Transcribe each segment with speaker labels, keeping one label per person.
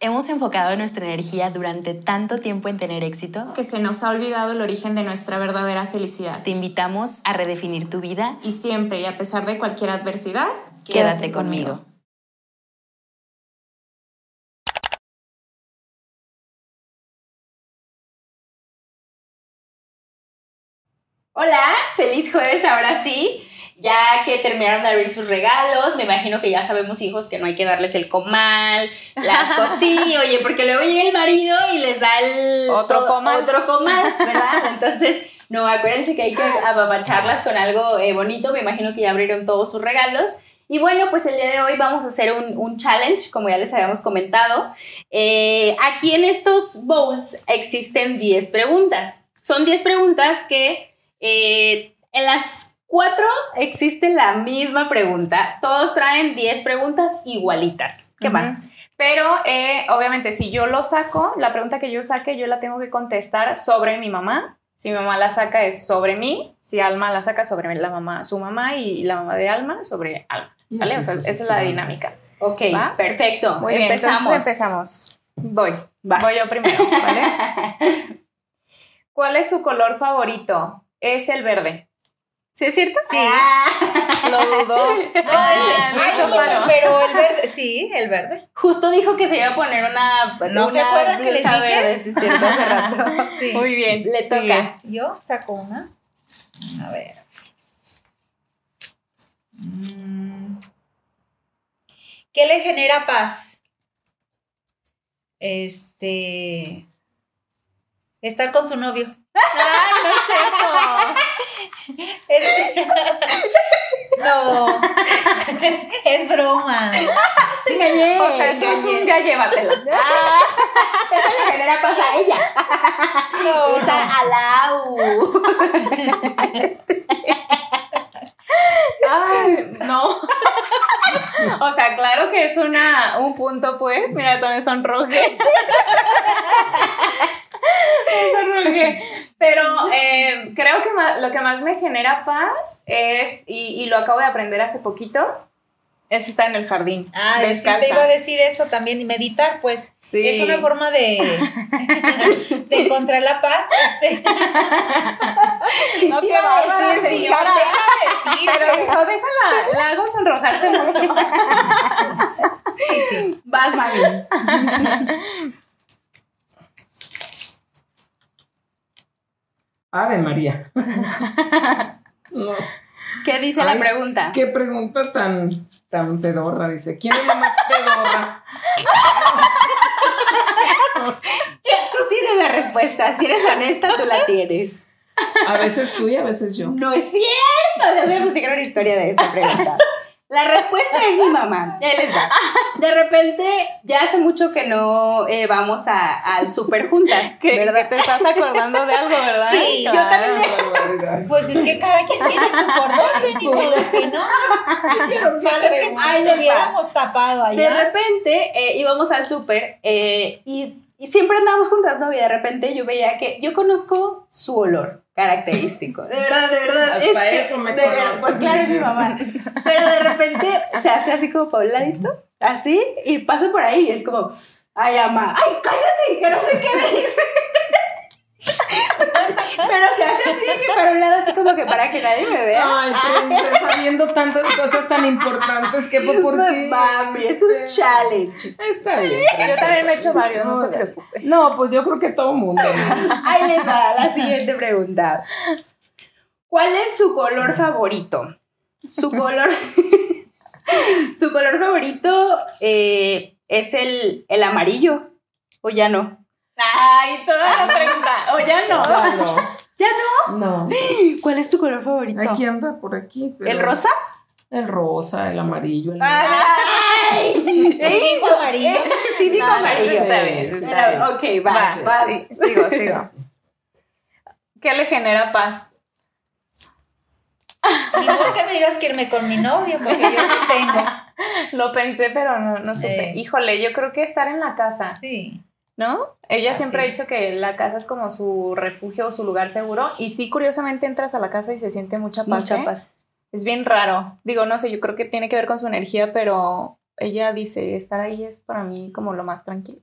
Speaker 1: hemos enfocado nuestra energía durante tanto tiempo en tener éxito
Speaker 2: que se nos ha olvidado el origen de nuestra verdadera felicidad.
Speaker 1: Te invitamos a redefinir tu vida.
Speaker 2: Y siempre y a pesar de cualquier adversidad,
Speaker 1: Quédate, conmigo.
Speaker 3: Hola, feliz jueves ahora sí. Ya que terminaron de abrir sus regalos, me imagino que ya sabemos, hijos, que no hay que darles el comal, las cosas. Sí, oye, porque luego llega el marido y les da el
Speaker 2: Otro
Speaker 3: todo-
Speaker 2: comal.
Speaker 3: otro comal, ¿verdad? Entonces, no, acuérdense que hay que apapacharlas con algo eh, bonito. Me imagino que ya abrieron todos sus regalos. Y bueno, pues el día de hoy vamos a hacer un, un challenge, como ya les habíamos comentado. Eh, aquí en estos bowls existen 10 preguntas. Son 10 preguntas que eh, en las cuatro existe la misma pregunta. Todos traen 10 preguntas igualitas. ¿Qué
Speaker 4: Ujú.
Speaker 3: más?
Speaker 4: Pero eh, obviamente, si yo lo saco, la pregunta que yo saque, yo la tengo que contestar sobre mi mamá. Si mi mamá la saca es sobre mí, si Alma la saca sobre la mamá, su mamá y la mamá de Alma sobre Alma, ¿vale? O sea, esa es la dinámica.
Speaker 3: Ok,
Speaker 4: Va.
Speaker 3: perfecto.
Speaker 4: Muy bien,
Speaker 3: empezamos.
Speaker 4: entonces empezamos. Voy.
Speaker 3: Vas.
Speaker 4: Voy yo primero, ¿vale? ¿Cuál es su color favorito? Es el verde.
Speaker 3: ¿Sí es cierto? Sí.
Speaker 4: Lo dudó.
Speaker 3: Ah,
Speaker 4: No,
Speaker 5: Hay
Speaker 4: no,
Speaker 5: muchos,
Speaker 4: no.
Speaker 5: pero el verde, sí, el verde.
Speaker 3: Justo dijo que se iba a poner una.
Speaker 5: ¿No
Speaker 3: una
Speaker 5: se acuerdan que les
Speaker 3: blusa
Speaker 5: dije?
Speaker 3: verde, sí es cierto, hace rato.
Speaker 5: Sí.
Speaker 4: Muy bien.
Speaker 3: Le toca.
Speaker 5: Yo saco una. A ver. Mm. ¿Qué le genera paz? Este. Estar con su novio.
Speaker 4: ¡Ay, no es cierto!
Speaker 5: Este- no. es broma.
Speaker 3: Te engañé.
Speaker 4: O sea, eso es un ya llévatela.
Speaker 3: Ah, Esa le genera paz a ella.
Speaker 5: No,
Speaker 3: Esa
Speaker 5: no.
Speaker 3: a la U.
Speaker 4: Ay, no. O sea, claro que es una, un punto, pues. Mira, también sonrojé. Me sonrojé. Pero eh, creo que ma- lo que más me genera paz es, y, y lo acabo de aprender hace poquito, es estar en el jardín.
Speaker 5: Ah, sí, te iba a
Speaker 4: Descalza.
Speaker 5: decir eso también, y meditar, pues.
Speaker 4: Sí.
Speaker 5: Es una forma de, de encontrar la paz. Este,
Speaker 4: No, qué
Speaker 3: Iba a
Speaker 4: bárbara,
Speaker 3: decir,
Speaker 4: señora.
Speaker 5: fíjate, iba a decir,
Speaker 4: Pero dijo, déjala, la hago sonrojarse mucho.
Speaker 3: Vas, mami.
Speaker 6: Ave María. No,
Speaker 3: ¿Qué dice
Speaker 6: Ay,
Speaker 3: la pregunta?
Speaker 6: Qué pregunta tan, tan pedorra, dice. ¿Quién es la más pedorra?
Speaker 3: Tú tienes la respuesta. Si eres honesta, tú la tienes.
Speaker 6: A veces tú y a veces yo.
Speaker 3: No es cierto. Les voy a platicar una historia de esta pregunta. La respuesta es mi mamá. Él es De repente, ya hace mucho que no eh, vamos a- al super juntas,
Speaker 4: Que, que
Speaker 3: ¿verdad?
Speaker 4: te estás acordando de algo, ¿verdad?
Speaker 5: Sí, yo
Speaker 4: Claro.
Speaker 3: también
Speaker 5: Pues es que cada quien tiene su cordón, Benito, ¿no? Claro, es que
Speaker 3: Ahí
Speaker 5: lo
Speaker 3: les va.
Speaker 5: hubiéramos tapado
Speaker 3: De
Speaker 5: allá.
Speaker 3: repente eh, íbamos al súper eh, y, y siempre andábamos juntas, ¿no? Y de repente yo veía que yo conozco su olor característico. De verdad, de verdad.
Speaker 6: Hasta
Speaker 3: que-
Speaker 6: eso me
Speaker 3: de verdad,
Speaker 6: conoce.
Speaker 3: Pues claro, es mi mamá. Pero de repente se hace así como para un ladito, así, y pasa por ahí y es como, ay, ama, ay, cállate, que no sé qué me dice. Pero se hace así, que para un lado, así como que para que nadie me vea.
Speaker 6: Ay, princesa, sabiendo tantas cosas tan importantes que pues, por por qué.
Speaker 3: Mami, es un
Speaker 6: este,
Speaker 3: challenge.
Speaker 6: Está bien.
Speaker 4: Yo también me he hecho varios, no se
Speaker 6: Hola.
Speaker 4: preocupen.
Speaker 6: No, pues yo creo que todo mundo. ¿no?
Speaker 3: Ahí les va la siguiente pregunta. ¿Cuál es su color favorito? Su color. su color favorito eh, es el, el amarillo. ¿O ya no?
Speaker 4: Ay, toda la pregunta. O ya no.
Speaker 6: Ya no.
Speaker 3: ¿Ya
Speaker 6: no?
Speaker 3: ¿Cuál es tu color favorito?
Speaker 6: Aquí anda por aquí. pero-
Speaker 3: ¿El rosa? Ah,
Speaker 6: El rosa, el amarillo. El
Speaker 3: ¡Ay!
Speaker 5: Sí, dijo amarillo.
Speaker 3: Sí, digo
Speaker 4: No, no,
Speaker 3: amarillo.
Speaker 4: está bien,
Speaker 6: Sí,
Speaker 4: está bien.
Speaker 3: Pero, ok, vas,
Speaker 4: Va,
Speaker 3: vas.
Speaker 4: sí, sigo, sigo. ¿Qué le genera paz?
Speaker 5: Ni modo que me digas que irme con mi novio, porque yo no tengo.
Speaker 4: Lo pensé, pero no, no supe.
Speaker 5: Eh.
Speaker 4: Híjole, yo creo que estar en la casa,
Speaker 5: Sí.
Speaker 4: ¿no? Ella
Speaker 5: Ah,
Speaker 4: siempre
Speaker 5: sí.
Speaker 4: ha dicho que la casa es como su refugio o su lugar seguro. Y sí, curiosamente entras a la casa y se siente mucha paz. ¿eh?
Speaker 3: Mucha paz.
Speaker 4: Es bien raro. Digo, no sé, yo creo que tiene que ver con su energía, pero ella dice, estar ahí es para mí como lo más tranquilo.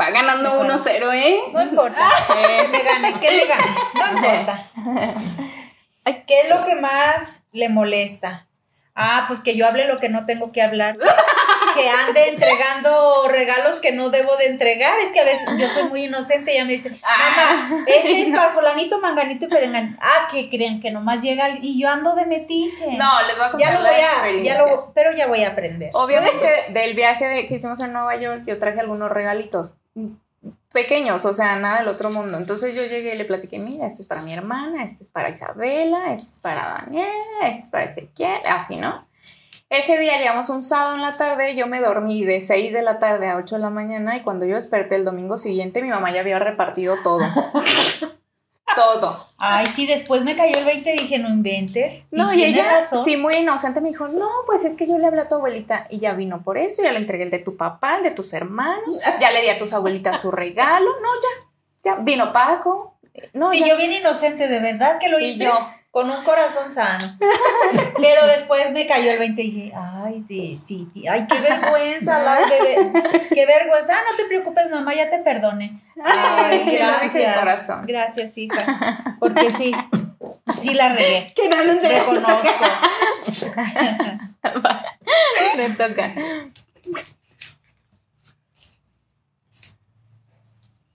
Speaker 3: Va ganando
Speaker 5: Mejor.
Speaker 3: 1-0, ¿eh?
Speaker 5: No importa. ¿Qué le gana? ¿Qué le gana? No importa. ¿Qué es lo que más le molesta? Ah, pues que yo hable lo que no tengo que hablar. Que ande entregando regalos que no debo de entregar. Es que a veces yo soy muy inocente. Ya me dicen,
Speaker 4: Ah.
Speaker 5: mamá, este es para fulanito, manganito y perengano. Ah, que creen que nomás llega el- y yo ando de metiche.
Speaker 4: No, les voy a contar
Speaker 5: ya lo
Speaker 4: la
Speaker 5: voy a,
Speaker 4: experiencia.
Speaker 5: ya lo, pero ya voy a aprender.
Speaker 4: Obviamente, del viaje de- que hicimos a Nueva York, yo traje algunos regalitos mm, pequeños, o sea, nada del otro mundo. Entonces yo llegué y le platiqué, mira, esto es para mi hermana, esto es para Isabela, esto es para Daniela, esto es para Ezequiel, así, ¿no? Ese día llegamos un sábado en la tarde, yo me dormí de 6 de la tarde a 8 de la mañana y cuando yo desperté el domingo siguiente, mi mamá ya había repartido todo. todo.
Speaker 5: Ay, sí, después me cayó el 20 y dije, no inventes. Sí,
Speaker 4: No, y
Speaker 5: tiene
Speaker 4: ella,
Speaker 5: razón.
Speaker 4: sí, muy inocente, me dijo, no, pues es que yo le hablé a tu abuelita y ya vino por eso, ya le entregué el de tu papá, el de tus hermanos, ya le di a tus abuelitas su regalo, no, ya, ya, vino Paco, no,
Speaker 5: sí,
Speaker 4: ya.
Speaker 5: yo bien inocente, de verdad que lo
Speaker 4: Y
Speaker 5: hice
Speaker 4: yo.
Speaker 5: con un corazón sano. Pero después me cayó el 20 y dije, ay, de, sí, ti- ay, qué vergüenza, la- de- qué vergüenza. Ah, no te preocupes, mamá, ya te perdone. Ay,
Speaker 4: sí, lo dije de
Speaker 5: gracias.
Speaker 4: corazón.
Speaker 5: Gracias, hija. Porque sí, sí la regué.
Speaker 6: Que no le
Speaker 5: Reconozco.
Speaker 4: Me toca.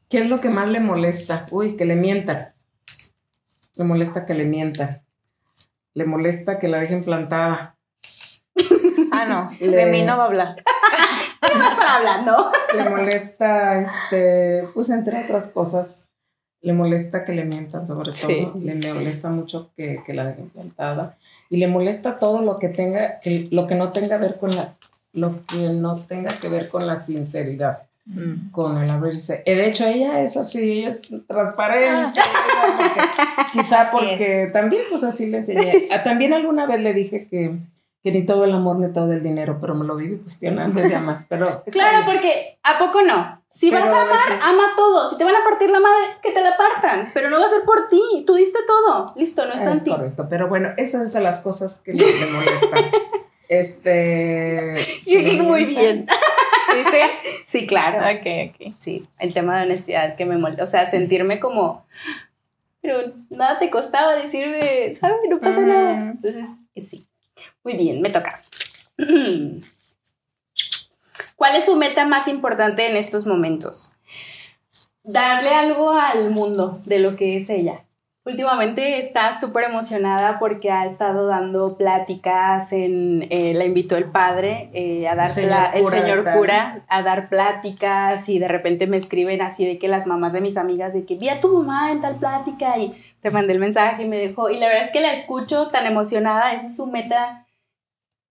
Speaker 6: ¿Qué es lo que más le molesta? Uy, que le mientan. Le molesta que le mientan. Le molesta que la dejen plantada.
Speaker 4: Ah, no,
Speaker 6: Le-
Speaker 4: de mí no va a hablar.
Speaker 2: están hablando?
Speaker 6: Le molesta, este, pues entre otras cosas, le molesta que le mientan, sobre
Speaker 4: Sí.
Speaker 6: todo. Le, le molesta mucho que, que la dejen plantada. Y le molesta todo lo que tenga, que- lo que no tenga ver con la, lo que no tenga que ver con la sinceridad. con el abrirse. Eh, De hecho, ella es así, ella es transparente. porque- quizá
Speaker 5: Así
Speaker 6: porque también, pues así le enseñé. Ah, También alguna vez le dije que, que ni todo el amor ni todo el dinero, pero me lo vive cuestionando ya más. Pero
Speaker 3: Claro, porque ¿a poco no? Si vas
Speaker 6: Pero
Speaker 3: a
Speaker 6: a
Speaker 3: amar,
Speaker 6: veces-
Speaker 3: ama todo. Si te van a partir la madre, que te la partan. Pero no va a ser por ti. Tú diste todo. Listo, no está en
Speaker 6: es
Speaker 3: ti.
Speaker 6: correcto. Pero bueno, esas es de las cosas que le, le molestan. Este.
Speaker 3: Yo
Speaker 6: que le
Speaker 3: dije, muy
Speaker 6: mientan.
Speaker 3: bien.
Speaker 4: Dice,
Speaker 3: Sí, claro.
Speaker 4: ok, ok.
Speaker 3: Sí, el tema de honestidad que me molesta. O sea, sentirme como. Pero nada te costaba decirme, ¿sabes? No pasa
Speaker 4: Ujú.
Speaker 3: nada. Entonces, sí. Muy bien, me toca. ¿Cuál es su meta más importante en estos momentos? Darle algo al mundo de lo que es ella. Últimamente está súper emocionada porque ha estado dando pláticas en, eh, la invitó el padre eh, a dar
Speaker 6: Señor
Speaker 3: pla- el
Speaker 6: cura de
Speaker 3: señor
Speaker 6: tal.
Speaker 3: cura a dar pláticas y de repente me escriben así de que las mamás de mis amigas de que vi a tu mamá en tal plática y te mandé el mensaje y me dejó y la verdad es que la escucho tan emocionada, esa es su meta.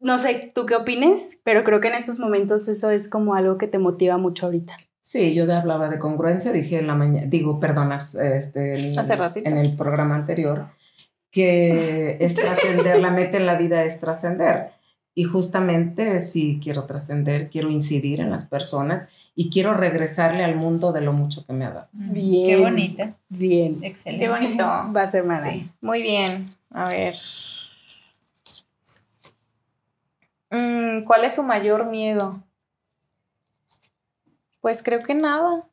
Speaker 3: No sé, ¿tú qué opines? Pero creo que en estos momentos eso es como algo que te motiva mucho ahorita.
Speaker 6: Sí, yo te hablaba de congruencia, dije en la mañana, digo, perdonas, este, en,
Speaker 4: Hace ratito.
Speaker 6: en el programa anterior, que es trascender, la meta en la vida es trascender. Y justamente si quiero trascender, quiero incidir en las personas y quiero regresarle al mundo de lo mucho que me ha dado.
Speaker 3: Bien.
Speaker 5: Qué bonita.
Speaker 3: Bien.
Speaker 4: Qué
Speaker 5: Excelente.
Speaker 4: bonito.
Speaker 3: Va a ser mala.
Speaker 4: Muy bien, a ver. Mm, ¿Cuál es su mayor miedo? Pues creo que nada.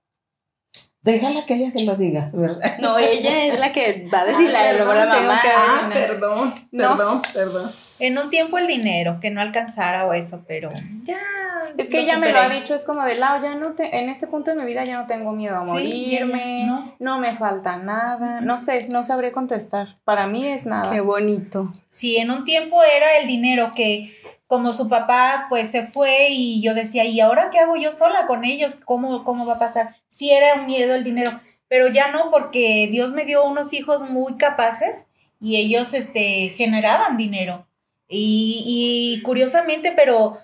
Speaker 6: Déjala que ella que lo diga, ¿verdad?
Speaker 3: No, ella es la que va a decir
Speaker 4: Ah,
Speaker 3: la, luego la
Speaker 4: perdón, tengo
Speaker 3: mamá.
Speaker 4: que
Speaker 3: Ah,
Speaker 4: adivinar.
Speaker 6: Perdón,
Speaker 4: No.
Speaker 5: En un tiempo el dinero, que no alcanzara o eso, pero ya.
Speaker 4: Es que ella me lo ha dicho, es como de lado, ya no te, en este punto de mi vida ya no tengo miedo a
Speaker 5: Sí, ya, ya,
Speaker 4: morirme,
Speaker 5: ¿no?
Speaker 4: ¿no? me falta nada, no sé, no sabré contestar. Para mí es nada.
Speaker 3: Qué bonito.
Speaker 5: Sí, en un tiempo era el dinero que como su papá pues se fue y yo decía, ¿y ahora qué hago yo sola con ellos? ¿Cómo, cómo va a pasar? Sí era un miedo el dinero, pero ya no porque Dios me dio unos hijos muy capaces y ellos este, generaban dinero. Y, y curiosamente, pero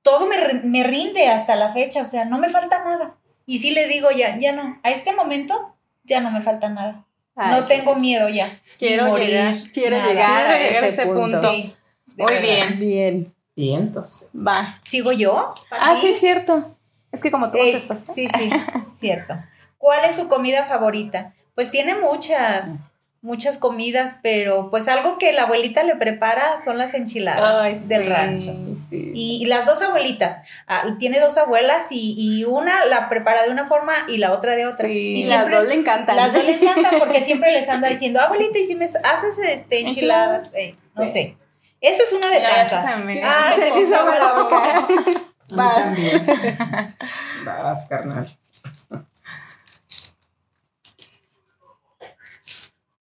Speaker 5: todo me, ri- me rinde hasta la fecha, o sea, no me falta nada. Y sí le digo ya, ya no, a este momento ya no me falta nada.
Speaker 3: Ay,
Speaker 5: no tengo miedo ya.
Speaker 4: Quiero
Speaker 5: morir.
Speaker 4: llegar.
Speaker 3: Quiero
Speaker 5: Nada.
Speaker 3: llegar a
Speaker 4: Quiero llegar
Speaker 3: ese, punto.
Speaker 5: Sí, de
Speaker 4: Muy
Speaker 5: verdad.
Speaker 4: bien,
Speaker 3: Bien.
Speaker 6: Y entonces,
Speaker 4: va.
Speaker 5: ¿Sigo yo?
Speaker 4: Ah,
Speaker 5: ¿Pati?
Speaker 4: sí, es cierto. Es que como tú
Speaker 5: Ey,
Speaker 4: contestaste.
Speaker 5: sí, sí, cierto. ¿Cuál es su comida favorita? Pues tiene muchas, muchas comidas, pero pues algo que la abuelita le prepara son las enchiladas
Speaker 4: Ay,
Speaker 5: del
Speaker 4: sí,
Speaker 5: rancho.
Speaker 6: Sí.
Speaker 5: Y, y las dos abuelitas. Ah, tiene dos abuelas y, y una la prepara de una forma y la otra de otra.
Speaker 6: Sí.
Speaker 5: Y,
Speaker 3: Y las
Speaker 5: siempre-
Speaker 3: dos le encantan.
Speaker 5: las dos le encantan porque siempre les anda diciendo, abuelita, ¿y si me haces este, enchiladas? Eh, no
Speaker 4: Sí.
Speaker 5: sé. Esa es una de
Speaker 4: Ya,
Speaker 5: tantas.
Speaker 4: se me-
Speaker 5: Ah, se le hizo agua la boca.
Speaker 6: A mí
Speaker 5: Vas.
Speaker 6: también. Vas, carnal.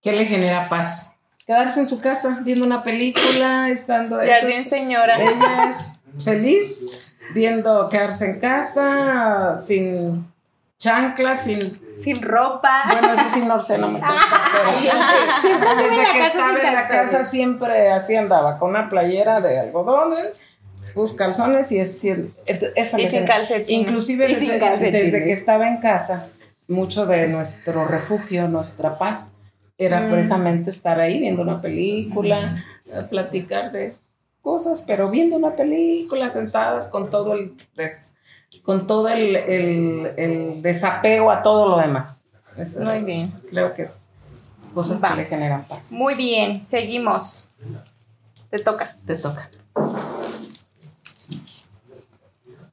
Speaker 6: ¿Qué le genera paz? Quedarse en su casa viendo una película, estando.
Speaker 4: Ya es
Speaker 6: eso
Speaker 4: bien
Speaker 6: es-
Speaker 4: señora.
Speaker 6: Ella es feliz viendo quedarse en casa sin chanclas, sin.
Speaker 2: Sin ropa.
Speaker 6: Bueno, eso sí no sé, no me consta, pero- Desde que
Speaker 2: casa
Speaker 6: estaba
Speaker 2: sin
Speaker 6: en la
Speaker 2: calzones.
Speaker 6: casa siempre así andaba, con una playera de algodón, ¿eh? sus calzones y es. Esa
Speaker 4: Y sin calcetín.
Speaker 6: Inclusive
Speaker 2: Y sin
Speaker 6: desde,
Speaker 2: calcetines.
Speaker 6: desde que estaba en casa, mucho de nuestro refugio, nuestra paz, era precisamente estar ahí viendo una película, eh, platicar de cosas, pero viendo una película sentadas con todo el, des- con todo el, el- el desapego a todo lo demás. Eso
Speaker 4: Muy bien.
Speaker 6: creo que es cosas que le generan paz.
Speaker 4: Muy bien, seguimos. Te toca.
Speaker 6: Te toca.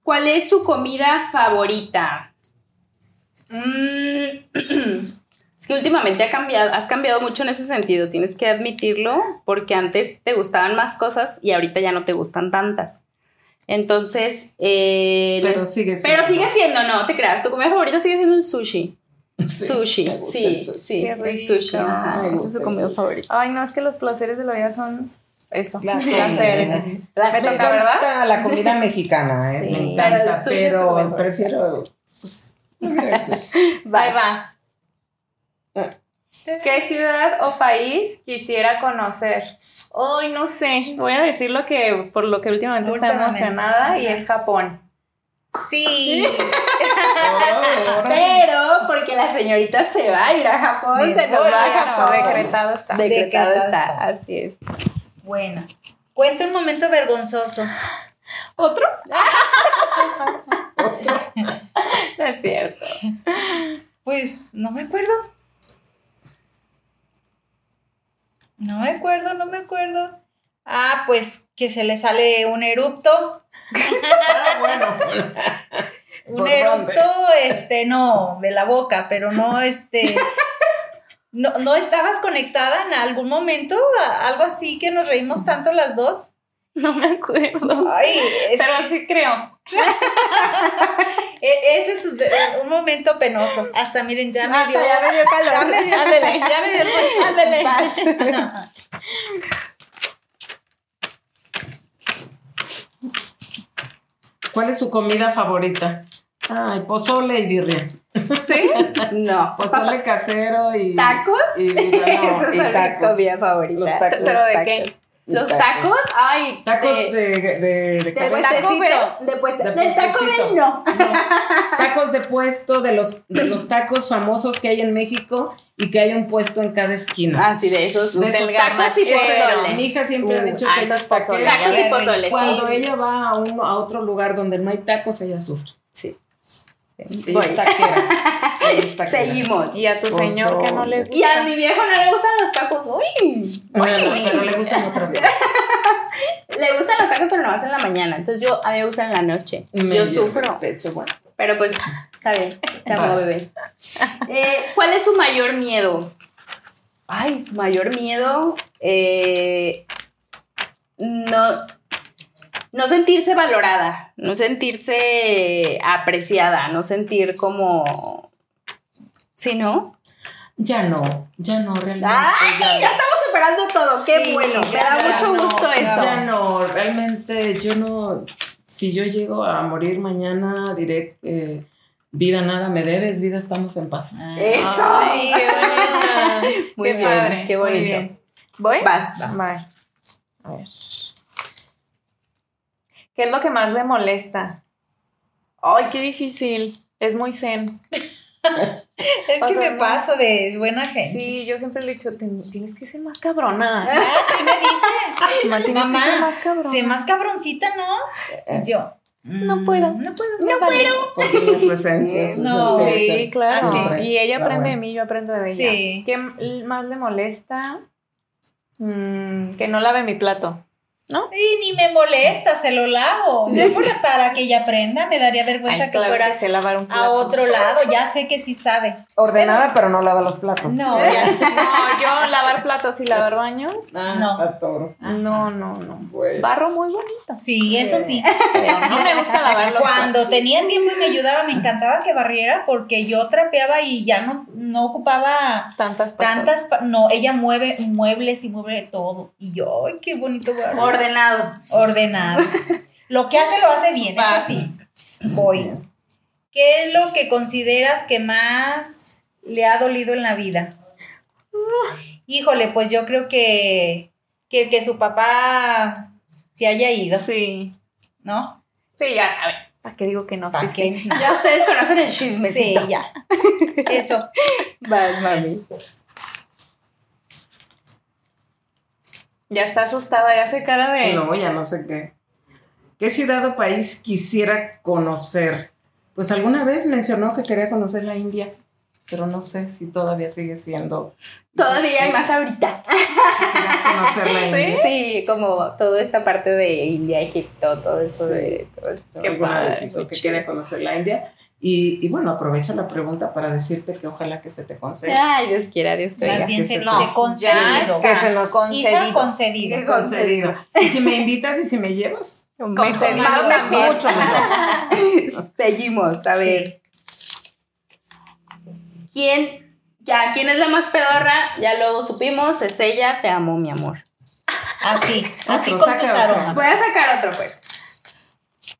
Speaker 3: ¿Cuál es su comida favorita? Mm, es que últimamente ha cambiado, has cambiado mucho en ese sentido, tienes que admitirlo, porque antes te gustaban más cosas y ahorita ya no te gustan tantas. Entonces, eh,
Speaker 6: Pero
Speaker 3: les-
Speaker 6: sigue
Speaker 3: pero sigue
Speaker 6: siendo.
Speaker 3: siendo, no te creas, tu comida favorita sigue siendo el sushi. sushi,
Speaker 6: me gusta
Speaker 3: sí,
Speaker 6: el sushi.
Speaker 3: sí,
Speaker 4: Qué
Speaker 3: el
Speaker 4: rico.
Speaker 3: sushi, ajá, esa
Speaker 6: Me
Speaker 3: es
Speaker 6: gusta
Speaker 3: su
Speaker 6: el
Speaker 3: comida
Speaker 6: sushi.
Speaker 3: favorita.
Speaker 4: Ay, no, es que los placeres de la vida son eso.
Speaker 6: Placeres.
Speaker 4: Placeres. Me
Speaker 6: Me
Speaker 4: toca, ¿verdad?
Speaker 6: encanta la comida mexicana, ¿eh?
Speaker 1: Sí.
Speaker 6: me encanta,
Speaker 3: Pero el sushi es tu
Speaker 6: pero
Speaker 3: mejor.
Speaker 6: prefiero, pues, prefiero el sushi.
Speaker 4: Bye, va.
Speaker 6: Ah.
Speaker 4: ¿Qué ciudad o país quisiera conocer? Ay, no sé. Voy a decir lo que por lo que últimamente está
Speaker 5: Últimamente.
Speaker 4: emocionada y es Japón.
Speaker 5: Sí.
Speaker 6: Ahora,
Speaker 2: Pero porque la señorita se va a ir a Japón,
Speaker 5: Me
Speaker 2: se nos
Speaker 5: voy
Speaker 2: va
Speaker 5: a
Speaker 2: a Japón.
Speaker 4: Decretado está.
Speaker 2: Decretado
Speaker 5: Decretado
Speaker 2: está,
Speaker 5: está.
Speaker 2: así es.
Speaker 5: Buena. Cuenta un momento vergonzoso.
Speaker 4: ¿Otro? No es cierto.
Speaker 5: Pues no me acuerdo. No me acuerdo, no me acuerdo. Ah, pues que se le sale un erupto.
Speaker 6: ¿Por
Speaker 5: Un
Speaker 6: dónde?
Speaker 5: erupto, este, no, de la boca, pero no, este. No, no estabas conectada en algún momento, a- algo así que nos reímos tanto las dos.
Speaker 4: No me acuerdo.
Speaker 5: Ay, es-
Speaker 4: Pero sí creo.
Speaker 5: e- ese es de- un momento penoso. Hasta miren, ya me dio.
Speaker 2: ya me dio
Speaker 5: Ya
Speaker 2: calor.
Speaker 5: me dio,
Speaker 4: Ándele.
Speaker 5: ya me dio el coche.
Speaker 4: Ándale.
Speaker 6: ¿Cuál es su comida favorita? Ay, pozole y birria.
Speaker 4: ¿Sí?
Speaker 2: No.
Speaker 6: Pozole Pues casero y...
Speaker 2: ¿Tacos?
Speaker 6: Ah, Y, bueno,
Speaker 2: Esa es
Speaker 6: y
Speaker 2: mi
Speaker 6: tacos.
Speaker 2: comida favorita.
Speaker 6: Los tacos.
Speaker 4: ¿Pero de
Speaker 2: tacos.
Speaker 4: qué?
Speaker 6: Y
Speaker 3: Los tacos, ay,
Speaker 6: Tacos
Speaker 3: de-
Speaker 6: de, de, de
Speaker 2: Del
Speaker 6: cabeza.
Speaker 2: puestecito,
Speaker 4: Bell.
Speaker 2: de pueste-
Speaker 6: De
Speaker 2: del taco
Speaker 6: puestecito.
Speaker 2: Bell no.
Speaker 6: No, tacos de puesto, de los, de los tacos famosos que hay en México y que hay un puesto en cada esquina.
Speaker 3: Ah, sí, de esos,
Speaker 6: De
Speaker 3: del
Speaker 6: esos
Speaker 3: tacos y
Speaker 6: Eso,
Speaker 3: pozole.
Speaker 6: Mi hija siempre ha
Speaker 4: Uh,
Speaker 6: dicho
Speaker 4: ah,
Speaker 6: que ella es
Speaker 4: entonces pozole.
Speaker 6: taquera.
Speaker 3: Tacos y pozole,
Speaker 6: Cuando
Speaker 3: sí.
Speaker 6: ella va a, uno, a otro lugar donde no hay tacos, ella sufre.
Speaker 3: Sí.
Speaker 6: Ella es taquera. Ella es taquera.
Speaker 2: Seguimos.
Speaker 4: Y a tu
Speaker 6: Pozole.
Speaker 4: señor que no le gusta.
Speaker 3: Y a mi viejo no le gustan los tacos. Uy,
Speaker 6: No, no, pero le gustan otras cosas.
Speaker 3: le gustan los tacos, pero nomás en la mañana. Entonces yo, a mí me gustan en la noche.
Speaker 6: Me
Speaker 3: yo
Speaker 6: llena
Speaker 3: sufro.
Speaker 6: el pecho, bueno.
Speaker 3: Pero pues, está bien. Te amo,
Speaker 6: Vas.
Speaker 3: bebé. Eh, ¿Cuál es su mayor miedo? Ay, su mayor miedo. eh, no. No sentirse valorada, no sentirse apreciada, no sentir como. ¿Sí, no?
Speaker 6: Ya no, ya no, realmente.
Speaker 2: ¡Ay!
Speaker 6: ya
Speaker 2: Ya estamos superando todo. ¡Qué
Speaker 5: Sí,
Speaker 2: bueno! Me da
Speaker 5: ya,
Speaker 2: mucho
Speaker 5: no,
Speaker 2: gusto
Speaker 5: ya.
Speaker 2: eso.
Speaker 6: Ya no, realmente yo no, si yo llego a morir mañana, diré, eh, vida nada me debes, vida estamos en paz.
Speaker 5: Ah,
Speaker 2: ¡Eso!
Speaker 4: Ay, qué bonita.
Speaker 3: Muy
Speaker 4: qué
Speaker 3: bien,
Speaker 4: padre.
Speaker 3: qué
Speaker 4: muy
Speaker 3: bonito.
Speaker 4: bien. ¿Voy?
Speaker 3: Vas.
Speaker 4: Bye.
Speaker 6: A ver.
Speaker 4: ¿Qué es lo que más le molesta? Ay, qué difícil. Es muy zen.
Speaker 5: Es que
Speaker 4: O sea,
Speaker 5: me
Speaker 4: no.
Speaker 5: paso de buena gente.
Speaker 4: Sí, yo siempre le he dicho, "Ten- tienes que ser más cabrona.
Speaker 5: Sí me dice,
Speaker 4: Mamá, tienes
Speaker 5: Mamá,
Speaker 4: que ser más cabrona.
Speaker 5: sé más cabroncita, ¿no? Y yo.
Speaker 4: No
Speaker 5: mm,
Speaker 4: puedo.
Speaker 5: No puedo.
Speaker 4: No puedo.
Speaker 6: Porque ella es su esencia, su
Speaker 5: No.
Speaker 6: esencia es
Speaker 4: Sí,
Speaker 6: el-
Speaker 4: claro.
Speaker 5: Ah,
Speaker 6: sí.
Speaker 4: Y ella
Speaker 6: Ah,
Speaker 4: aprende de
Speaker 6: bueno.
Speaker 4: mí, yo aprendo de ella.
Speaker 5: Sí.
Speaker 4: ¿Qué m- más le molesta? Mm, que no lave mi plato. ¿no?
Speaker 5: Y ni me molesta, se lo lavo. No importa para que ella aprenda, me daría vergüenza
Speaker 4: Ay,
Speaker 5: que
Speaker 4: claro
Speaker 5: fuera
Speaker 4: que sé lavar un
Speaker 5: a
Speaker 4: plato.
Speaker 5: otro lado. Ya sé que sí sabe.
Speaker 6: Ordenada, pero no lava los
Speaker 4: Pues
Speaker 6: platos.
Speaker 5: No, ya-
Speaker 4: No, yo lavar platos y lavar baños.
Speaker 6: Ah,
Speaker 5: No.
Speaker 6: está toro.
Speaker 4: No, no, no.
Speaker 6: Bueno.
Speaker 4: Barro muy bonito.
Speaker 5: sí, eso sí.
Speaker 4: Pero no me gusta lavar los
Speaker 5: Cuando
Speaker 4: platos.
Speaker 5: tenía tiempo y me ayudaba, me encantaba que barriera porque yo trapeaba y ya no, no ocupaba
Speaker 4: Tantas personas.
Speaker 5: tantas. pa- No, ella mueve muebles y mueve todo. Y yo, ay, qué bonito barrio.
Speaker 2: Ordenado.
Speaker 5: ordenado. Lo que hace lo hace bien, eso
Speaker 4: Vas.
Speaker 5: sí. Voy. ¿Qué es lo que consideras que más le ha dolido en la vida? Híjole, pues yo creo que, que, que su papá se haya ido,
Speaker 4: Sí.
Speaker 5: ¿no?
Speaker 4: Sí, ya sabes. ¿Para qué digo que no? Sí,
Speaker 5: ¿Para
Speaker 4: sí.
Speaker 5: qué?
Speaker 2: Ya ustedes conocen el
Speaker 5: Sí,
Speaker 2: chismecito.
Speaker 5: ya. Eso.
Speaker 2: Vas, mami.
Speaker 4: Ya está asustada, ya hace cara de.
Speaker 6: No, ya no sé qué. ¿Qué ciudad o país quisiera conocer? Pues alguna vez mencionó que quería conocer la India, pero no sé si todavía sigue siendo.
Speaker 2: Todavía hay más ahorita.
Speaker 6: ¿Quieres conocer la India?
Speaker 3: Sí, como toda esta parte de India, Egipto, todo eso
Speaker 6: Sí.
Speaker 3: de... todo eso.
Speaker 6: Alguna
Speaker 4: padre,
Speaker 6: vez dijo que quiere conocer la India. Y, y bueno, aprovecho la pregunta para decirte que ojalá que se te conceda.
Speaker 3: Ay, Dios quiera, Dios te
Speaker 5: Más
Speaker 3: oiga.
Speaker 5: bien se
Speaker 6: se-
Speaker 5: dice
Speaker 6: no,
Speaker 5: concedido.
Speaker 6: Que se nos
Speaker 5: Hija
Speaker 3: concedido.
Speaker 5: concedido.
Speaker 6: concedido. Y si me invitas y si me llevas,
Speaker 4: Concedido
Speaker 2: Más
Speaker 4: también.
Speaker 2: mejor.
Speaker 6: mucho mejor.
Speaker 2: Seguimos, a ver. ¿Quién? Ya, ¿quién es la más pedorra?
Speaker 3: Ya lo supimos, es ella, te amo, mi amor.
Speaker 5: Así, así
Speaker 6: Otro,
Speaker 5: con tus
Speaker 6: saca otro.
Speaker 5: aromas.
Speaker 2: Voy a sacar otro, pues.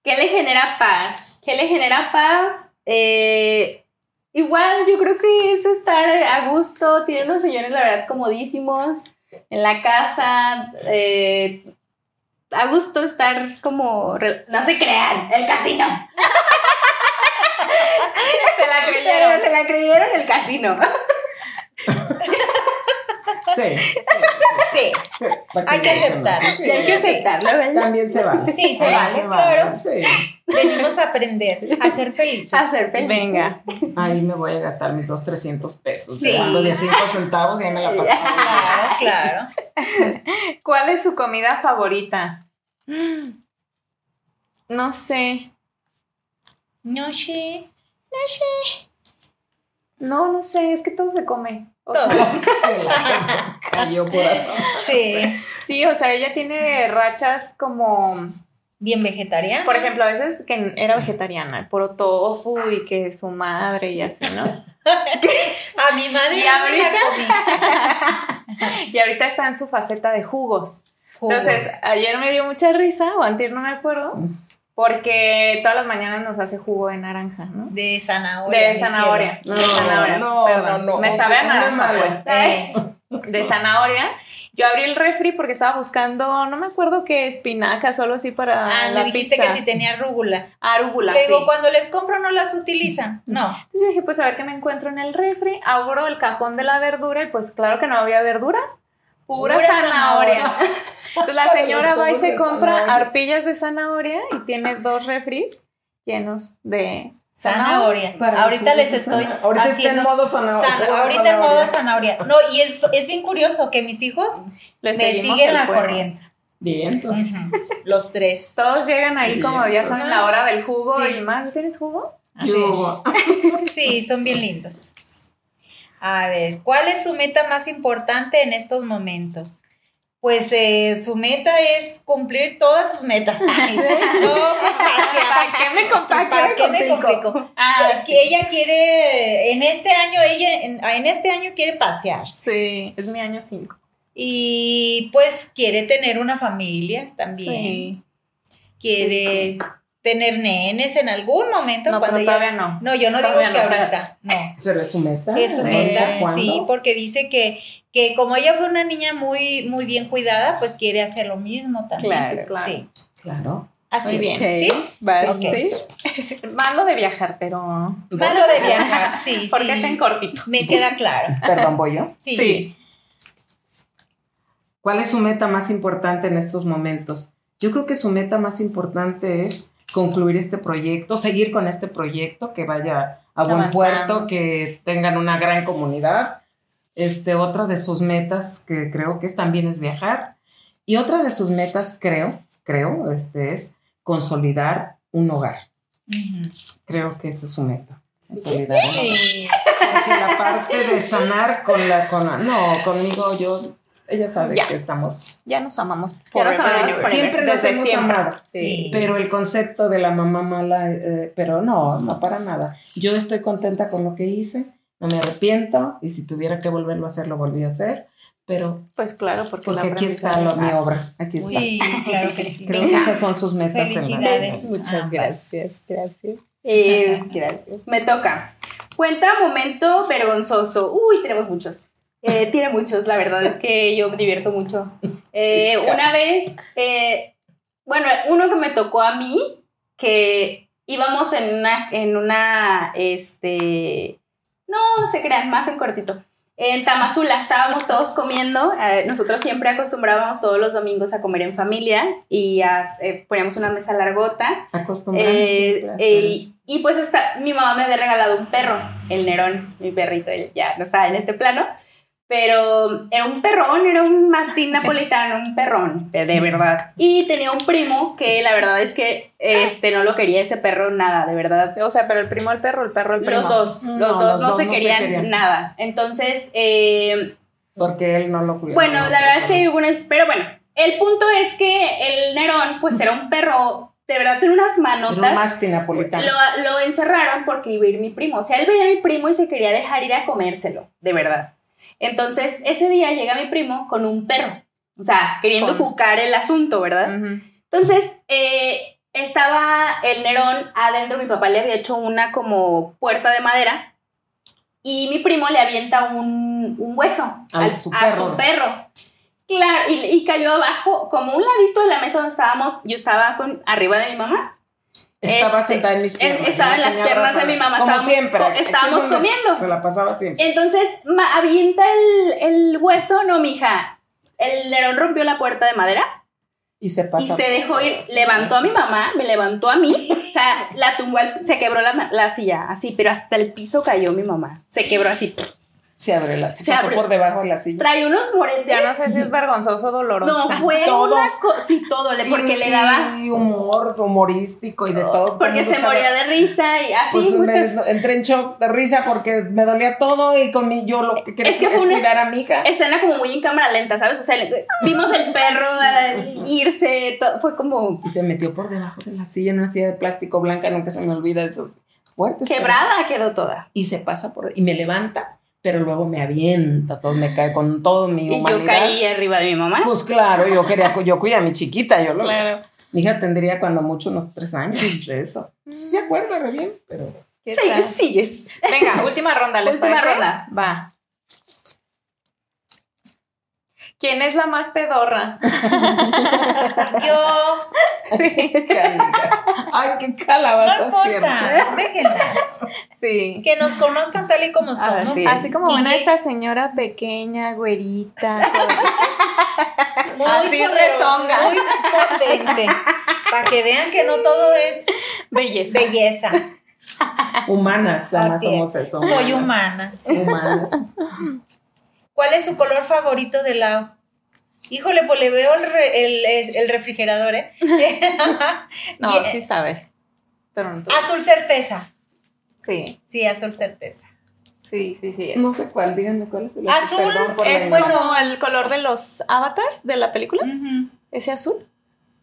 Speaker 3: ¿Qué le genera paz? ¿Qué le genera paz? Eh, igual yo creo que es estar a gusto, tiene unos señores la verdad comodísimos en la casa, eh, a gusto estar como... re- No se crean, el casino.
Speaker 4: Se la
Speaker 2: Pero
Speaker 4: creyeron.
Speaker 2: se la creyeron el casino.
Speaker 6: Sí, sí, sí,
Speaker 5: Sí,
Speaker 6: sí. La
Speaker 5: hay que aceptar.
Speaker 6: Sí,
Speaker 5: Y hay que aceptarlo, ¿verdad?
Speaker 6: También se vale.
Speaker 5: Sí, se
Speaker 6: También
Speaker 5: vale, claro.
Speaker 6: Sí.
Speaker 5: Venimos a aprender, a ser felices.
Speaker 3: A ser feliz.
Speaker 4: Venga.
Speaker 6: Ahí me voy a gastar mis dos 300 pesos.
Speaker 5: Sí.
Speaker 6: Sí. de 5 centavos y ahí me la paso.
Speaker 5: Claro, claro.
Speaker 4: ¿Cuál es su comida favorita? Mm. No sé.
Speaker 5: No sé.
Speaker 4: No, no sé. Es que todo se come. O
Speaker 5: Todo.
Speaker 4: sea,
Speaker 6: Se la paso. Cayó corazón.
Speaker 5: Sí.
Speaker 4: sí, o sea, ella tiene rachas como.
Speaker 5: Bien vegetariana.
Speaker 4: Por ejemplo, a veces que era vegetariana, puro tofu y que su madre y así, ¿no?
Speaker 5: A mi madre
Speaker 4: ¿Y
Speaker 5: ya me la comí.
Speaker 4: Y ahorita está en su faceta de jugos.
Speaker 5: Jugos.
Speaker 4: Entonces, ayer me dio mucha risa, o antier no me acuerdo,
Speaker 6: Mm.
Speaker 4: porque todas las mañanas nos hace jugo de naranja, ¿no?
Speaker 5: de zanahoria.
Speaker 4: De
Speaker 5: mi cielo.
Speaker 4: zanahoria.
Speaker 6: No,
Speaker 4: de zanahoria.
Speaker 6: no,
Speaker 4: perdón.
Speaker 6: no, no.
Speaker 4: Me sabe a
Speaker 6: Una
Speaker 4: naranja,
Speaker 6: mala.
Speaker 4: pues.
Speaker 5: Eh,
Speaker 4: de zanahoria. Yo abrí el refri porque estaba buscando, no me acuerdo qué espinacas, solo así para
Speaker 5: ah,
Speaker 4: la
Speaker 5: me dijiste
Speaker 4: pizza.
Speaker 5: que si tenía rúgulas.
Speaker 4: Arúgula,
Speaker 5: Le digo,
Speaker 4: sí.
Speaker 5: cuando les compro no las utilizan. No.
Speaker 4: Entonces yo dije, pues a ver qué me encuentro en el refri. Abro el cajón de la verdura y pues claro que no había verdura. Pura,
Speaker 5: Pura
Speaker 4: zanahoria.
Speaker 5: zanahoria.
Speaker 4: Entonces, la
Speaker 6: Los
Speaker 4: señora va y
Speaker 6: jugos
Speaker 4: se
Speaker 6: de
Speaker 4: compra
Speaker 6: zanahoria.
Speaker 4: arpillas de zanahoria y tiene dos refris llenos de...
Speaker 5: Zanahoria.
Speaker 6: Para
Speaker 5: ahorita
Speaker 6: los
Speaker 5: les
Speaker 6: jugos
Speaker 5: estoy.
Speaker 6: de zanahoria. Ahorita está en
Speaker 5: haciendo
Speaker 6: modo zanahoria.
Speaker 5: zan- ahorita en modo zanahoria. No, y es, es bien curioso que mis hijos
Speaker 4: Le
Speaker 5: me
Speaker 4: seguimos
Speaker 5: siguen
Speaker 4: el
Speaker 5: la
Speaker 4: juego.
Speaker 5: corriente.
Speaker 6: Bien, entonces.
Speaker 5: Ujú. Los tres.
Speaker 4: Todos llegan ahí como ya son la hora del jugo
Speaker 5: Sí.
Speaker 4: y más. ¿Tienes jugo?
Speaker 5: Sí. Sí, son bien lindos. A ver, ¿cuál es su meta más importante en estos momentos? Pues eh, su meta es cumplir todas sus metas. Ay, no, pues,
Speaker 4: ¿Para qué me
Speaker 5: ¿Para
Speaker 4: complico?
Speaker 5: qué me complico?
Speaker 4: Ah,
Speaker 5: Porque ella quiere, en este año, ella, en, en este año quiere pasearse.
Speaker 4: sí. Es mi año 5.
Speaker 5: Y pues quiere tener una familia también.
Speaker 4: Sí.
Speaker 5: Quiere tener nenes en algún momento
Speaker 4: No,
Speaker 5: cuando
Speaker 4: pero
Speaker 5: ella-
Speaker 4: todavía no.
Speaker 5: No, yo no digo
Speaker 4: Todavía
Speaker 5: que
Speaker 4: no, Ah,
Speaker 5: ahorita, no.
Speaker 6: Pero es su meta.
Speaker 5: Es su
Speaker 6: ¿no?
Speaker 5: meta,
Speaker 6: ¿Cuándo?
Speaker 5: sí, porque dice que, que como ella fue una niña muy, muy bien cuidada, pues quiere hacer lo mismo también.
Speaker 4: Claro, claro.
Speaker 5: Sí,
Speaker 6: Claro.
Speaker 5: así.
Speaker 4: Muy bien.
Speaker 5: ¿Sí?
Speaker 3: Vas,
Speaker 5: Ok.
Speaker 3: ¿sí?
Speaker 4: Malo de viajar, pero...
Speaker 5: Malo de viajar, sí,
Speaker 4: Porque
Speaker 5: sí.
Speaker 4: es en cortito.
Speaker 5: Me queda claro.
Speaker 6: Perdón, voy yo.
Speaker 5: Sí.
Speaker 6: ¿Cuál es su meta más importante en estos momentos? Yo creo que su meta más importante es concluir este proyecto, seguir con este proyecto, que vaya a buen
Speaker 4: Avanzando.
Speaker 6: puerto, que tengan una gran comunidad. Este, otra de sus metas que creo que es también es viajar. Y otra de sus metas, creo, creo, este es consolidar un hogar. Creo que esa es su meta. Consolidar un hogar. Porque la parte de sanar con la, con la- no, conmigo yo, ella sabe
Speaker 4: Ya.
Speaker 6: que estamos,
Speaker 4: Ya nos amamos.
Speaker 2: Ya nos
Speaker 4: forever.
Speaker 2: amamos forever.
Speaker 6: siempre nos
Speaker 4: Desde
Speaker 6: hemos
Speaker 4: siempre.
Speaker 6: amado. Pero el concepto de la mamá mala, eh, pero no, no para nada. Yo estoy contenta con lo que hice, no me arrepiento y si tuviera que volverlo a hacer, lo volví a hacer, pero
Speaker 4: Pues claro, porque,
Speaker 6: porque
Speaker 4: la
Speaker 6: aquí está lo- mi obra, aquí está.
Speaker 5: Sí, claro que sí.
Speaker 6: Creo que esas son sus metas.
Speaker 5: Felicidades. Ah, pues,
Speaker 6: en la vida.
Speaker 5: Muchas ambas. gracias,
Speaker 4: gracias.
Speaker 2: Eh,
Speaker 3: Gracias.
Speaker 2: me toca.
Speaker 3: Cuenta momento vergonzoso. Uy, tenemos muchos. Eh, tiene muchos, la verdad es que yo me divierto mucho. Eh, una vez, eh, bueno, uno que me tocó a mí, que íbamos en una, en una, este, no se crean, más en cortito. En Tamazula estábamos todos comiendo, eh, nosotros siempre acostumbrábamos todos los domingos a comer en familia y a- eh, poníamos una mesa largota
Speaker 6: Acostumbrarnos
Speaker 3: eh,
Speaker 6: siempre a hacer
Speaker 3: eh,
Speaker 6: eso.
Speaker 3: y pues hasta mi mamá me había regalado un perro, el Nerón, mi perrito, él ya no estaba en este plano, pero era un perrón, era un mastín napolitano, un perrón, de, de verdad. Y tenía un primo que la verdad es que este no lo quería ese perro nada, de verdad.
Speaker 4: O sea, pero el primo el perro, el perro el primo.
Speaker 3: Los dos, los
Speaker 6: Mm, No,
Speaker 3: dos
Speaker 6: los
Speaker 3: no,
Speaker 6: dos
Speaker 3: se,
Speaker 6: no se
Speaker 3: querían
Speaker 6: querían.
Speaker 3: nada. Entonces, eh,
Speaker 6: porque él no lo cuidaba.
Speaker 3: bueno, la verdad es que hubo una. Pero bueno, el punto es que el Nerón, pues era un perro, de verdad, tiene unas
Speaker 6: Era
Speaker 3: manotas.
Speaker 6: un mastín napolitano.
Speaker 3: Lo, lo encerraron porque iba a ir mi primo. O sea, él veía a mi primo y se quería dejar ir a comérselo, de verdad. Entonces, ese día llega mi primo con un perro. O sea, queriendo
Speaker 4: Con-
Speaker 3: cucar el asunto, ¿verdad?
Speaker 4: Ujú.
Speaker 3: Entonces, eh, estaba el Nerón adentro, mi papá le había hecho una como puerta de madera y mi primo le avienta un, un hueso
Speaker 6: A
Speaker 3: al-
Speaker 6: su
Speaker 3: a
Speaker 6: perro.
Speaker 3: su perro. Claro, y, y cayó abajo, como un ladito de la mesa donde estábamos, yo estaba con, arriba de mi mamá,
Speaker 6: estaba
Speaker 3: este,
Speaker 6: sentada en mis
Speaker 3: en-
Speaker 6: piernas.
Speaker 3: estaba
Speaker 6: la
Speaker 3: en las
Speaker 6: tenía
Speaker 3: piernas de
Speaker 6: abrazada.
Speaker 3: mi mamá,
Speaker 6: Como
Speaker 3: estábamos,
Speaker 6: siempre.
Speaker 3: co-
Speaker 6: aquí es
Speaker 3: estábamos
Speaker 6: donde
Speaker 3: comiendo.
Speaker 6: Se la pasaba siempre.
Speaker 3: Entonces, ma- avienta el, el hueso, no, mija. El Nerón rompió la puerta de madera
Speaker 6: Y se
Speaker 3: y
Speaker 6: pasaba.
Speaker 3: se dejó ir, levantó a mi mamá, me levantó a mí, o sea, la tumbó, al- se quebró la, ma- la silla, así, pero hasta el piso cayó mi mamá, se quebró así.
Speaker 6: Se abre la se
Speaker 3: Se
Speaker 6: pasó
Speaker 3: abre.
Speaker 6: por debajo de la silla.
Speaker 3: Trae unos moretes.
Speaker 4: Ya no sé si es vergonzoso doloroso.
Speaker 3: No, fue
Speaker 6: todo.
Speaker 3: una cosa, sí, todo, le- porque le daba,
Speaker 6: Y humor humorístico y de
Speaker 4: Mm,
Speaker 6: todo. Todo el
Speaker 3: porque
Speaker 6: mundo
Speaker 3: se
Speaker 6: estaba-
Speaker 3: moría de risa y así
Speaker 6: Pues me
Speaker 3: muchas...
Speaker 6: des- entré en shock de risa porque me dolía todo y con mi, yo lo que quería
Speaker 3: Es que
Speaker 6: es
Speaker 3: fue una-
Speaker 6: cuidar a mi hija.
Speaker 3: Escena como muy en cámara lenta, ¿sabes? O sea, le- vimos el perro eh, irse, to- fue como
Speaker 6: Y se metió por debajo de la silla en una silla de plástico blanca, nunca se me olvida de esos fuertes.
Speaker 3: quebrada quedó toda.
Speaker 6: Y se pasa por y me levanta, pero luego me avienta, todo me cae con todo mi
Speaker 3: Y
Speaker 6: humanidad.
Speaker 3: yo caí arriba de mi mamá.
Speaker 6: Pues claro, yo quería, yo cuida a mi chiquita, yo lo
Speaker 4: Claro.
Speaker 6: Mi hija tendría cuando mucho unos tres años de eso. Sí se acuerda re bien, pero
Speaker 4: ¿Qué
Speaker 3: Sí,
Speaker 4: tal?
Speaker 3: sí, es.
Speaker 4: Venga, última ronda, ¿les
Speaker 3: Última
Speaker 4: parece?
Speaker 3: ronda.
Speaker 4: Va. ¿Quién es la más pedorra?
Speaker 5: Yo,
Speaker 6: ay, qué
Speaker 5: no
Speaker 6: calabazas tiernas.
Speaker 5: importa, déjenlas.
Speaker 4: Sí.
Speaker 5: Que nos conozcan tal y como
Speaker 3: Ah,
Speaker 5: somos.
Speaker 3: sí.
Speaker 4: Así como ven a
Speaker 5: DJ.
Speaker 4: esta señora pequeña, güerita.
Speaker 5: Muy
Speaker 4: Así
Speaker 5: poder-
Speaker 4: rezonga.
Speaker 5: Muy potente. Para que vean que no todo es
Speaker 4: Belleza.
Speaker 5: belleza.
Speaker 6: Humanas, nada más
Speaker 5: Así es.
Speaker 6: somos eso.
Speaker 5: Soy
Speaker 6: humanas.
Speaker 5: humana. sí.
Speaker 6: Humanas.
Speaker 5: ¿Cuál es su color favorito de la... Híjole, pues le veo el, re- el- es- el refrigerador, ¿eh?
Speaker 4: No,
Speaker 5: Yeah.
Speaker 4: sí sabes. Pero no tú.
Speaker 5: Azul certeza.
Speaker 4: Sí,
Speaker 5: Sí, azul certeza.
Speaker 4: sí, sí, sí.
Speaker 6: No sé cuál, díganme cuál es el
Speaker 5: Azul
Speaker 6: perdón por la
Speaker 4: Es
Speaker 6: ignorancia.
Speaker 4: como el color de los avatars de la película,
Speaker 5: Ujú.
Speaker 4: ese azul.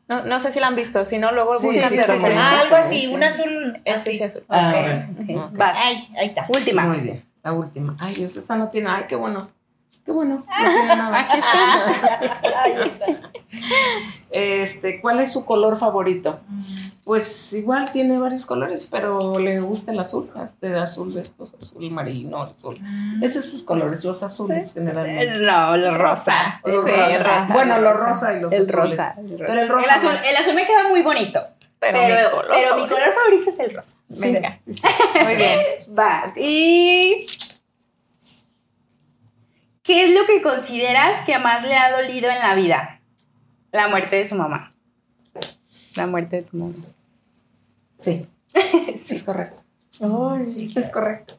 Speaker 4: No, no sé si la han visto, si no, luego
Speaker 6: Sí,
Speaker 4: buscan
Speaker 6: sí,
Speaker 4: de
Speaker 6: sí, sí.
Speaker 4: referencia.
Speaker 5: Ah, algo así,
Speaker 6: sí.
Speaker 5: un azul
Speaker 4: Ese
Speaker 5: así.
Speaker 4: sí azul.
Speaker 6: Ah,
Speaker 5: Ok.
Speaker 6: bueno. Ok.
Speaker 3: Vas.
Speaker 5: Ay, ahí está.
Speaker 3: Última.
Speaker 6: Muy bien, la última. Ay, Dios, esta no tiene. Ay, qué bueno. Qué bueno. no tiene nada.
Speaker 5: Ahí está.
Speaker 6: Este, ¿cuál es su color favorito? Pues igual tiene varios colores, pero le gusta el azul, ah, el azul de estos, azul marino, azul. Esos son sus colores, los azules generalmente.
Speaker 3: Ah. Eh, No, el rosa.
Speaker 6: Los
Speaker 4: sí,
Speaker 6: rosas.
Speaker 4: el rosa,
Speaker 6: bueno,
Speaker 4: el
Speaker 6: los
Speaker 4: rosa.
Speaker 6: rosa y los
Speaker 3: El
Speaker 6: azules.
Speaker 3: rosa,
Speaker 6: Pero el
Speaker 3: El
Speaker 6: rosa.
Speaker 3: azul,
Speaker 6: más.
Speaker 3: el azul me queda muy bonito.
Speaker 4: Pero,
Speaker 3: Pero,
Speaker 4: mi
Speaker 3: pero
Speaker 4: color
Speaker 3: mi
Speaker 4: favorito.
Speaker 3: color favorito es el rosa.
Speaker 6: Sí,
Speaker 4: Venga.
Speaker 6: sí, sí.
Speaker 4: Muy bien.
Speaker 3: Va. Y. ¿Qué es lo que consideras que más le ha dolido en la vida? La muerte de su mamá. La muerte de tu mamá.
Speaker 6: Sí. Es correcto. Sí, es correcto.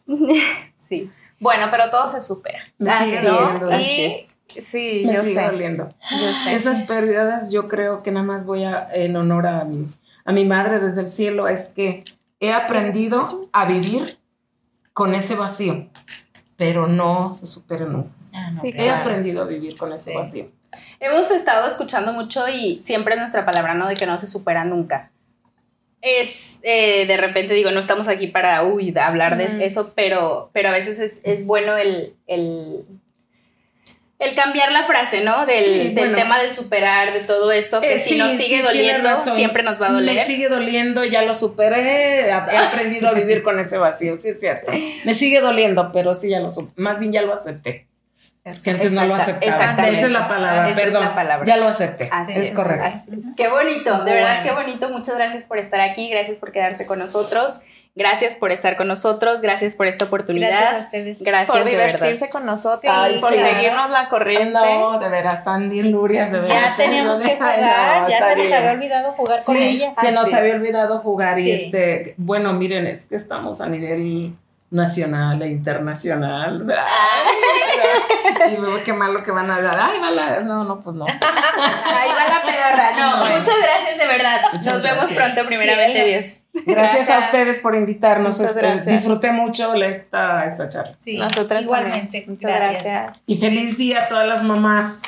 Speaker 3: Sí.
Speaker 4: Bueno, pero todo se supera.
Speaker 6: Me
Speaker 3: Así
Speaker 6: sigue
Speaker 3: es,
Speaker 6: doliendo.
Speaker 4: y
Speaker 3: así es.
Speaker 4: Sí,
Speaker 6: me
Speaker 4: yo
Speaker 6: sigue
Speaker 4: sé.
Speaker 6: doliendo.
Speaker 4: Yo sé.
Speaker 6: Esas pérdidas yo creo que nada más voy a, en honor a mi, a mi madre desde el cielo, es que he aprendido a vivir con ese vacío, pero no se supera nunca.
Speaker 5: Ah, no,
Speaker 4: Sí,
Speaker 6: He
Speaker 5: claro.
Speaker 6: aprendido a vivir con ese
Speaker 5: Sí.
Speaker 6: vacío.
Speaker 3: Hemos estado escuchando mucho y siempre nuestra palabra, ¿no? De que no se supera nunca. Es, eh, de repente digo, no estamos aquí para, uy, de hablar de
Speaker 4: Ujú.
Speaker 3: eso, pero, pero a veces es, es bueno el, el, el cambiar la frase, ¿no? Del,
Speaker 6: Sí,
Speaker 3: del
Speaker 6: bueno.
Speaker 3: tema del superar, de todo eso, que
Speaker 6: Eh,
Speaker 3: si
Speaker 6: sí,
Speaker 3: nos
Speaker 6: sí,
Speaker 3: sigue
Speaker 6: tiene
Speaker 3: doliendo,
Speaker 6: razón.
Speaker 3: siempre nos va a doler.
Speaker 6: Me sigue doliendo, ya lo superé, a- he aprendido a vivir con ese vacío, sí es cierto. Me sigue doliendo, pero sí ya lo supe, más bien ya lo acepté. Es que antes no lo
Speaker 3: Exacta-
Speaker 6: aceptaba.
Speaker 3: exactamente.
Speaker 6: Esa es la palabra,
Speaker 3: Esa es
Speaker 6: perdón.
Speaker 3: la palabra.
Speaker 6: Ya lo acepté.
Speaker 3: Así
Speaker 6: es, correcto.
Speaker 3: así es. Qué bonito, de verdad, qué bonito. Muchas gracias por estar aquí, gracias por quedarse con nosotros, gracias por estar con nosotros, gracias por esta oportunidad.
Speaker 5: Gracias a
Speaker 3: Gracias,
Speaker 5: ustedes.
Speaker 4: por
Speaker 3: de verdad.
Speaker 4: divertirse con nosotros,
Speaker 5: Sí,
Speaker 4: por
Speaker 5: sí.
Speaker 4: seguirnos la corriente.
Speaker 6: No, oh, de veras, tan bien lurias, de veras.
Speaker 5: Ya
Speaker 6: ¿eh?
Speaker 5: teníamos que
Speaker 6: Ay, no,
Speaker 5: jugar, ya
Speaker 6: está
Speaker 5: se nos
Speaker 6: bien.
Speaker 5: había olvidado jugar con ella.
Speaker 6: Se nos
Speaker 5: Así.
Speaker 6: había olvidado jugar y
Speaker 5: Sí.
Speaker 6: este, bueno, miren, es que estamos a nivel nacional e internacional. Ay, y luego qué malo que van a dar. Ay, va la- no, no, pues no.
Speaker 2: Ahí va la pedorra.
Speaker 3: No,
Speaker 2: No,
Speaker 3: muchas gracias de verdad.
Speaker 6: Muchas
Speaker 3: Nos vemos
Speaker 6: gracias.
Speaker 3: pronto, primeramente,
Speaker 5: Sí.
Speaker 3: Dios.
Speaker 6: Gracias a ustedes por invitarnos.
Speaker 4: Muchas
Speaker 6: este,
Speaker 4: gracias.
Speaker 6: disfruté mucho la- esta, esta charla.
Speaker 5: Sí,
Speaker 4: Nosotras
Speaker 5: igualmente.
Speaker 4: también. Muchas
Speaker 5: Gracias.
Speaker 4: gracias.
Speaker 6: Y feliz día a todas las mamás.